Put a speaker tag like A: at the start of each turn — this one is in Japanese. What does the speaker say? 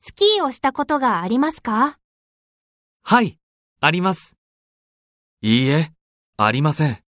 A: スキーをしたことがありますか
B: はい、あります。いいえ、ありません。